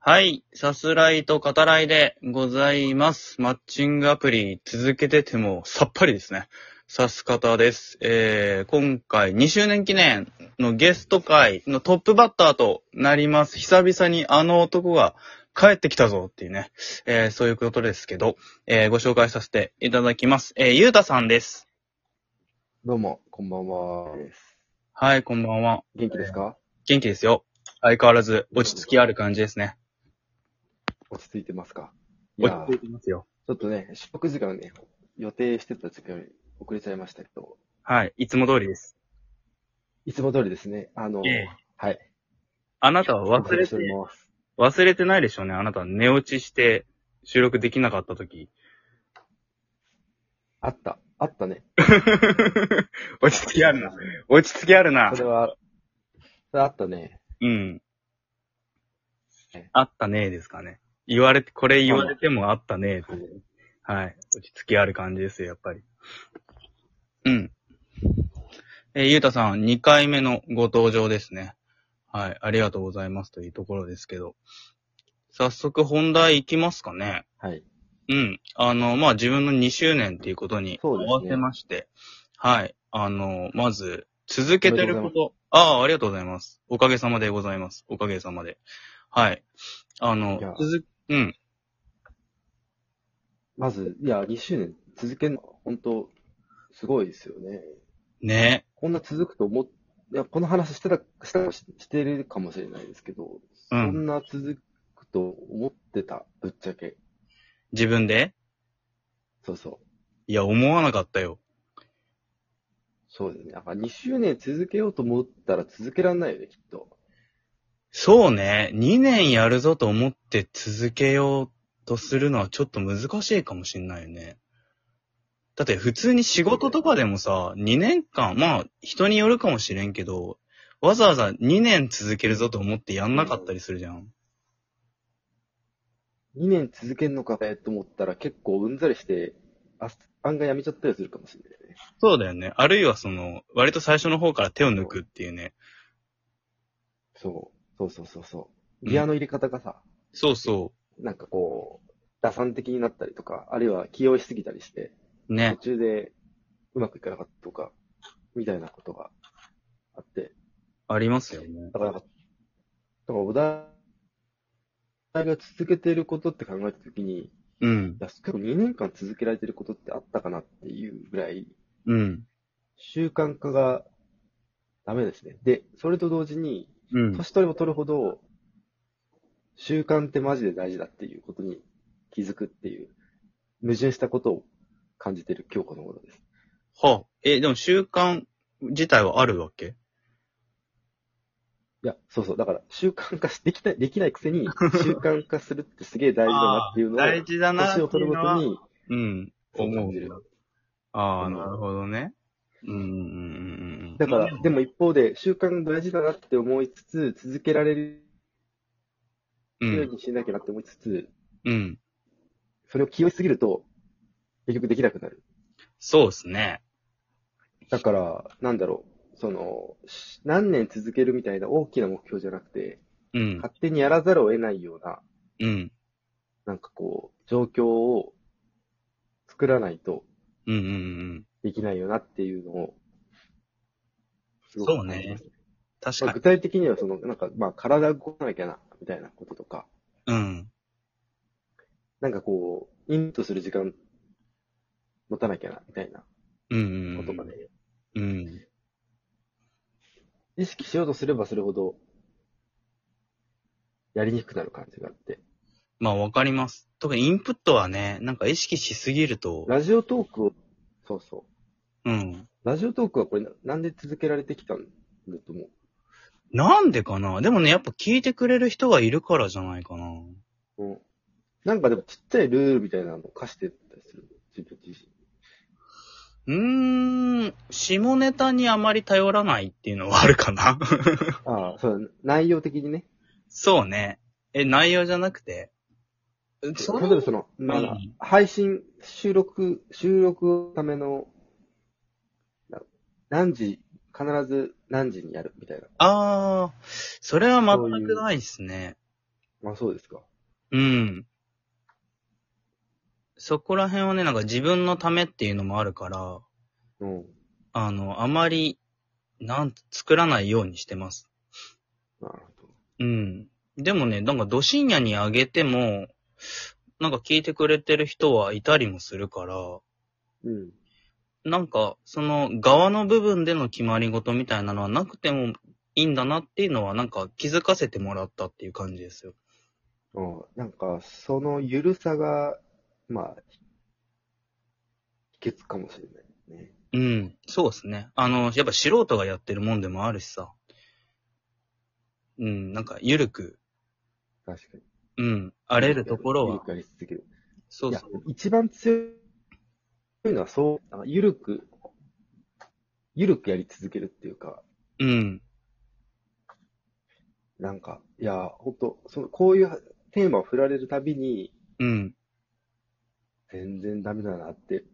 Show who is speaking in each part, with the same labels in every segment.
Speaker 1: はい。さすらいと語らいでございます。マッチングアプリ続けててもさっぱりですね。さす方です。えー、今回2周年記念のゲスト会のトップバッターとなります。久々にあの男が帰ってきたぞっていうね。えー、そういうことですけど、えー、ご紹介させていただきます。えー、ゆうたさんです。
Speaker 2: どうも、こんばんは。です
Speaker 1: はい、こんばんは。
Speaker 2: 元気ですか、
Speaker 1: 元気ですよ。相変わらず落ち着きある感じですね。
Speaker 2: 落ち着いてますかい
Speaker 1: 落
Speaker 2: や
Speaker 1: ち着
Speaker 2: ー
Speaker 1: い、てますよ。
Speaker 2: ちょっとね、出発時間ね、予定してた時間より遅れちゃいましたけど、
Speaker 1: はい、いつも通りです。
Speaker 2: いつも通りですね。あの、
Speaker 1: ええ
Speaker 2: はい。
Speaker 1: あなたは忘れ
Speaker 2: て
Speaker 1: て
Speaker 2: お、ります。
Speaker 1: 忘れてないでしょうね。あなた寝落ちして収録できなかった時。
Speaker 2: あった、あったね。
Speaker 1: 落ち着きあるな。落ち着きあるな
Speaker 2: それ。は、それはあったね。
Speaker 1: うん。あったねーですかね。言われて、これ言われてもあったねーっていう。はい。落ち着きある感じですよ、やっぱり。うん。えーゆうたさん、2回目のご登場ですね。はい。ありがとうございますというところですけど。早速本題いきますかね。
Speaker 2: はい。
Speaker 1: うん。あの、まあ、自分の2周年っていうことに
Speaker 2: そう
Speaker 1: 終
Speaker 2: ですね
Speaker 1: わってまして、はい。あの、まず、続けてる
Speaker 2: お
Speaker 1: こ
Speaker 2: めで
Speaker 1: と、ああ、ありがとうございます。おかげさまでございます。おかげさまで。はい。あの
Speaker 2: いや、
Speaker 1: 続、うん。
Speaker 2: まず、いや、2周年続けるの、本当すごいですよね。
Speaker 1: ね。
Speaker 2: こんな続くと思っいや、この話してた、したかししてるかもしれないですけど、
Speaker 1: うん
Speaker 2: そんな続くと思ってた、ぶっちゃけ。
Speaker 1: 自分で
Speaker 2: そうそう。
Speaker 1: いや、思わなかったよ。
Speaker 2: そうだよね。なんか2周年続けようと思ったら続けられないよね、きっと。
Speaker 1: そうね。2年やるぞと思って続けようとするのはちょっと難しいかもしんないよね。だって普通に仕事とかでもさ、2年間、まあ人によるかもしれんけど、わざわざ2年続けるぞと思ってやんなかったりするじゃん。
Speaker 2: 2年続けるのかえと思ったら結構うんざりして、あ案外やめちゃったりするかもしれないね。
Speaker 1: そうだよね。あるいはその、割と最初の方から手を抜くっていうね。
Speaker 2: そう。そうそうそうそう。
Speaker 1: うん
Speaker 2: ギアの入れ方がさ、
Speaker 1: そうそ
Speaker 2: なんかこう、打算的になったりとか、あるいは気負いしすぎたりして、
Speaker 1: う。
Speaker 2: 途
Speaker 1: ね。
Speaker 2: 中でうまくいかなかったとか、みたいなことがあって、
Speaker 1: ありますよね。
Speaker 2: だからなんか、だからお題が続けてることって考えたときに、
Speaker 1: うん
Speaker 2: い。や、結構2年間続けられてることってあったかなっていうぐらい、
Speaker 1: うん。
Speaker 2: 習慣化がダメですね。で、それと同時に、
Speaker 1: うん。
Speaker 2: 年取れば取るほど、習慣ってマジで大事だっていうことに気づくっていう、矛盾したことを感じてる今日この頃です。
Speaker 1: はあ。え、でも習慣自体はあるわけ
Speaker 2: いや、そうそう。だから、習慣化し、できない、できないく せに、習慣化するってすげえ大事だなっていうのを、
Speaker 1: 大事だなって
Speaker 2: 年を取
Speaker 1: いう
Speaker 2: る
Speaker 1: の
Speaker 2: ごと
Speaker 1: は。
Speaker 2: に、
Speaker 1: うん。
Speaker 2: そう
Speaker 1: 思
Speaker 2: 感
Speaker 1: う
Speaker 2: じる。
Speaker 1: ああ、
Speaker 2: うん
Speaker 1: なるほどね。うんうんうんうん。
Speaker 2: だから、でも一方で、習慣大事だなって思いつつ、続けられる
Speaker 1: う。
Speaker 2: ようんにしなきゃなって思いつつ、
Speaker 1: うん。
Speaker 2: それを気負いすぎると、結局できなくなる。
Speaker 1: そうですね。
Speaker 2: だから、なんだろう。その、し何年続けるみたいな大きな目標じゃなくて、
Speaker 1: うん。
Speaker 2: 勝手にやらざるを得ないような、
Speaker 1: うん。
Speaker 2: なんかこう、状況を作らないと
Speaker 1: うんうんうん。
Speaker 2: できないよなっていうのを、す
Speaker 1: そうね
Speaker 2: 感じます
Speaker 1: 確
Speaker 2: ま
Speaker 1: かに
Speaker 2: あ具。体的には、その、なんか、まあ、体動かなきゃな、みたいなこととか、
Speaker 1: うん。
Speaker 2: なんかこう、インとする時間、持たなきゃな、みたいな
Speaker 1: うんうん。
Speaker 2: ことがね、
Speaker 1: うん。
Speaker 2: 意識しようとすればするほど、やりにくくなる感じがあって。
Speaker 1: まあわかります。特にインプットはね、なんか意識しすぎると、
Speaker 2: ラジオトークを、そうそ
Speaker 1: うん。
Speaker 2: う。ラジオトークはこれななんで続けられてきたんだと思
Speaker 1: なんでかなでもね、やっぱ聞いてくれる人がいるからじゃないかな。
Speaker 2: う。うん。なんかでもちっちゃいルールみたいなのを課してたりする。自分自身。
Speaker 1: うーん、下ネタにあまり頼らないっていうのはあるかな。
Speaker 2: ああ、そうだね、内容的にね。
Speaker 1: そうね。え、内容じゃなくて。そ
Speaker 2: 例えばその、なんか
Speaker 1: うん
Speaker 2: 配信、収録、収録のための、な何時、必ず何時にやるみたいな。
Speaker 1: ああ、それは全くないですね。
Speaker 2: まあそうですか。
Speaker 1: うん。そこら辺はね、なんか自分のためっていうのもあるから、
Speaker 2: うん。
Speaker 1: あの、あまり、なん、作らないようにしてます。
Speaker 2: なるほ
Speaker 1: うん。でもね、なんか、ど深夜にあげても、なんか聞いてくれてる人はいたりもするから、
Speaker 2: ど。うん。
Speaker 1: なんか、その、側の部分での決まり事みたいなのはなくてもいいんだなっていうのは、なんか気づかせてもらったっていう感じですよ。
Speaker 2: うん、なんか、そのゆるさが、まあ、秘訣かもしれないね。
Speaker 1: うん。そうですね。あの、やっぱ素人がやってるもんでもあるしさ。うん、なんか、ゆるく、
Speaker 2: 確かに。
Speaker 1: うん、荒れるところは、
Speaker 2: 理解し続ける。
Speaker 1: そう
Speaker 2: い
Speaker 1: そ
Speaker 2: や
Speaker 1: う。、
Speaker 2: 一番強いのはそう、なんかゆるく、ゆるくやり続けるっていうか、
Speaker 1: うん、
Speaker 2: なんか、いや、ほんと、その、こういうテーマを振られるたびに、
Speaker 1: うん。
Speaker 2: 全然ダメだなって。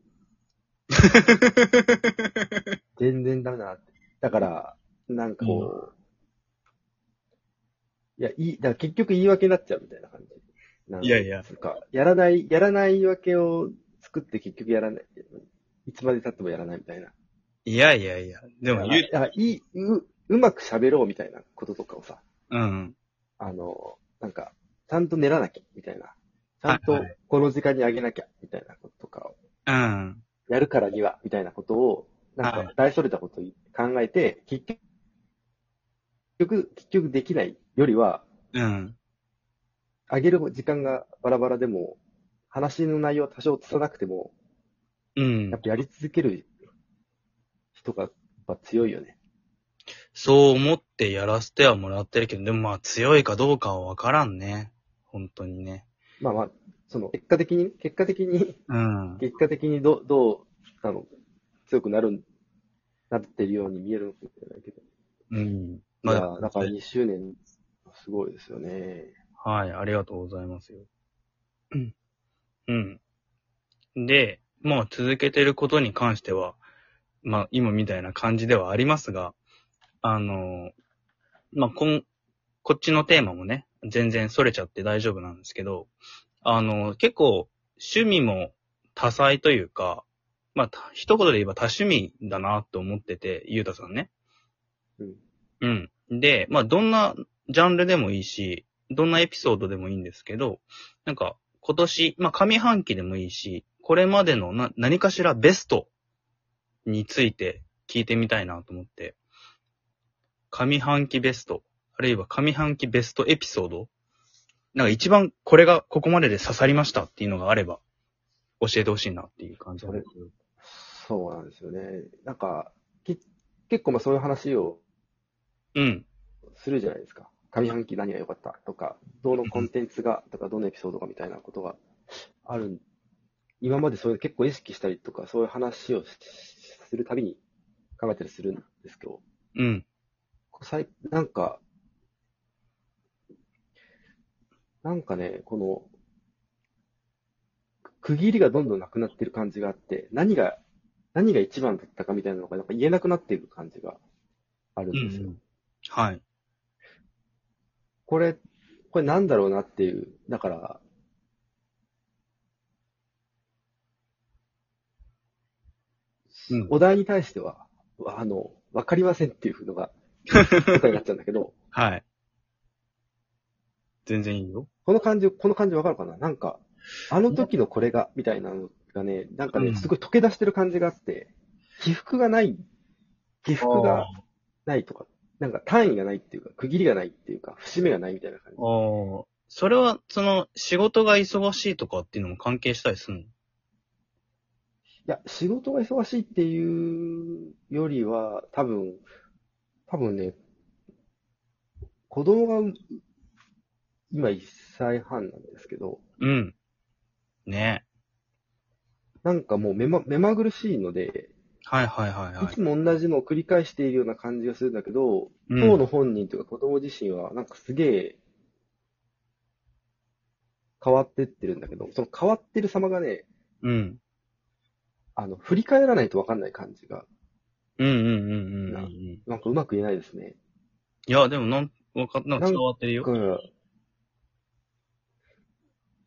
Speaker 2: 全然ダメだなって。だから、なんかこう、いや、いい、だから結局言い訳になっちゃうみたいな感じ。なん
Speaker 1: いやいや
Speaker 2: つうか、やらない、やらない言い訳を作って結局やらない。いつまで経ってもやらないみたいな。
Speaker 1: いやいやいや、でも、ゆ
Speaker 2: だからだからいい、う、うまく喋ろうみたいなこととかをさ、
Speaker 1: うん、
Speaker 2: あの、なんか、ちゃんと練らなきゃ、みたいな。ちゃん
Speaker 1: は
Speaker 2: と
Speaker 1: いは
Speaker 2: この時間にあげなきゃ、みたいなこととかを
Speaker 1: うん、
Speaker 2: やるからには、みたいなことを、なん
Speaker 1: は
Speaker 2: か、大それたことを考えて、結局、結局、結局できないよりは、
Speaker 1: うん、
Speaker 2: あげる時間がバラバラでも、話の内容は多少つさなくても、
Speaker 1: うん
Speaker 2: やっ。ぱやり続ける人が、やっぱ強いよね。
Speaker 1: そう思ってやらせてはもらってるけど、でもまあ強いかどうかはわからんね。本当にね。
Speaker 2: まあまあ、その、結果的に、結果的に、
Speaker 1: うん。
Speaker 2: 結果的にど、どう、あの、強くなる、なってるように見えるのかもしれないけど。
Speaker 1: うん。
Speaker 2: ま
Speaker 1: ま
Speaker 2: あ、
Speaker 1: あ、
Speaker 2: だから2周年、すごいですよね。
Speaker 1: はい、ありがとうございますよ。うん。うん。で、まあ続けてることに関しては、まあ今みたいな感じではありますが、あの、まあこん、こっちのテーマもね、全然逸れちゃって大丈夫なんですけど、あの、結構趣味も多彩というか、まあ、た一言で言えば多趣味だなと思ってて、ゆうたさんね。
Speaker 2: うん。
Speaker 1: うん。で、まあ、どんなジャンルでもいいし、どんなエピソードでもいいんですけど、なんか、今年、まあ、上半期でもいいし、これまでのな何かしらベストについて聞いてみたいなと思って、上半期ベスト、あるいは上半期ベストエピソード、なんか一番これがここまでで刺さりましたっていうのがあれば、教えてほしいなっていう感じなんですけど
Speaker 2: そうなんですよね。なんか、け結構まあそういう話を
Speaker 1: うん。
Speaker 2: するじゃないですか。上半期何が良かったとか、どのコンテンツがとか、どのエピソードがみたいなことがあるん。今までそういう結構意識したりとか、そういう話をしするたびに考えたりするんですけど、
Speaker 1: うん。
Speaker 2: こう最なんか、なんかね、この、区切りがどんどんなくなってる感じがあって、何が、何が一番だったかみたいなのが、なんか言えなくなっている感じがあるん
Speaker 1: う
Speaker 2: ですよ。
Speaker 1: ん。はい。
Speaker 2: これ、これなんだろうなっていう、だから、
Speaker 1: うん
Speaker 2: お題に対しては、あの、わかりませんってい うのが、答えになっちゃうんだけど、
Speaker 1: はい。全然いいよ。
Speaker 2: この感じ、この感じわかるかななんか、あの時のこれが、みたいなのがね、なんか
Speaker 1: う
Speaker 2: ね、
Speaker 1: ん
Speaker 2: すごい溶け出してる感じがあって、起伏がない、起伏がないとか、なんか単位がないっていうか、区切りがないっていうか、節目がないみたいな感じ。
Speaker 1: ああ。それは、その、仕事が忙しいとかっていうのも関係したりする
Speaker 2: いや、仕事が忙しいっていうよりは、多分、多分ね、子供がう今1歳半なんですけど、
Speaker 1: のうん。ね
Speaker 2: なんかもう目ま目まぐるしいので、
Speaker 1: え。はいはいはい
Speaker 2: い
Speaker 1: はい
Speaker 2: つ。も同じのを繰り返しているような感じがするんだけど、
Speaker 1: うん
Speaker 2: 当の本人というか子供自身は、なんかすげえ、変わってってるんだけど、その変わってる様がね、
Speaker 1: うん。
Speaker 2: あの、振り返らないとわかんない感じが、
Speaker 1: うんうんうんうんうんうん。い
Speaker 2: なんかうまく言えないですね。
Speaker 1: や、でもなん、わか、なんか伝わってるよ。
Speaker 2: だから、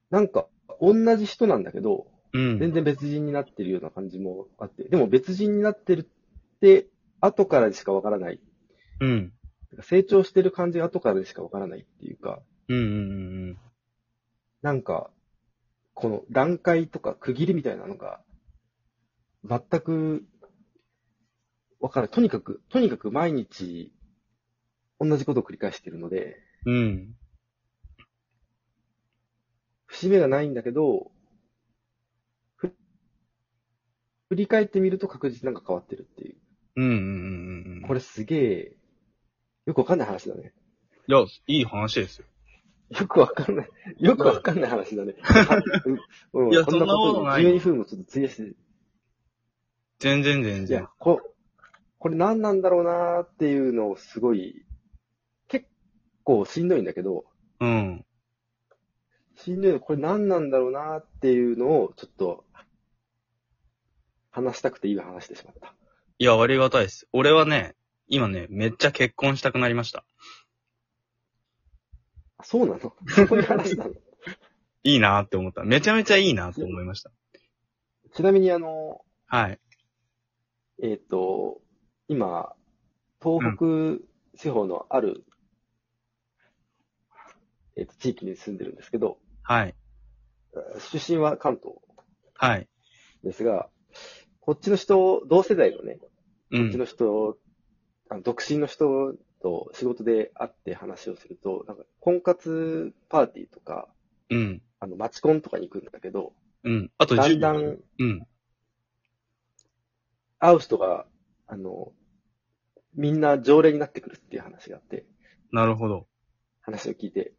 Speaker 2: なんか、同じ人なんだけど、
Speaker 1: うん。
Speaker 2: 全然別人になってるような感じもあって、でも別人になってるって、後からしかわからない。
Speaker 1: うん。
Speaker 2: 成長してる感じが後からでしかわからないっていうか、
Speaker 1: うんうん
Speaker 2: なんか、この段階とか区切りみたいなのが、全く、わからない。とにかく、とにかく毎日、同じことを繰り返してるので、
Speaker 1: うんうん。うん。
Speaker 2: 節目がないんだけど、ふ振り返ってみると確実になんか変わってるっていう。
Speaker 1: うんうんうんうん。
Speaker 2: これすげえ、よくわかんない話だね。
Speaker 1: いや、いい話ですよ。
Speaker 2: よくわかんない、よくわかんない 話だね。うん
Speaker 1: いや
Speaker 2: こん
Speaker 1: そ
Speaker 2: なこ
Speaker 1: んなこと
Speaker 2: と
Speaker 1: ない
Speaker 2: に12分もちょっと費やして、
Speaker 1: 全然全
Speaker 2: いや
Speaker 1: 然。、
Speaker 2: こ、これ何なんだろうなーっていうのをすごい、結構しんどいんだけど、
Speaker 1: うん。
Speaker 2: しんどいの、これ何なんだろうなーっていうのをちょっと、話したくて今話してしまった。
Speaker 1: いや、ありがたいです。俺はね、今ね、めっちゃ結婚したくなりました。
Speaker 2: あそうなのそこに話なの
Speaker 1: いいなって思った。めちゃめちゃいいなって思いました。
Speaker 2: ちなみにあの、
Speaker 1: はい。
Speaker 2: えっ、と、今、東北地方のある、えっ、と、地域に住んでるんですけど、
Speaker 1: はい。
Speaker 2: 出身は関東
Speaker 1: はい。
Speaker 2: ですが、こっちの人、同世代のね、
Speaker 1: う
Speaker 2: うち
Speaker 1: ん。
Speaker 2: の人、あの独身の人と仕事で会って話をすると、なんか婚活パーティーとか、
Speaker 1: うん。
Speaker 2: あの、マチコンとかに行くんだけど、
Speaker 1: うん。あと
Speaker 2: だ
Speaker 1: 10
Speaker 2: んだ
Speaker 1: 秒。
Speaker 2: ん
Speaker 1: うん。
Speaker 2: 会う人が、あの、みんな常連になってくるっていう話があって、
Speaker 1: なるほど。
Speaker 2: 話を聞いて、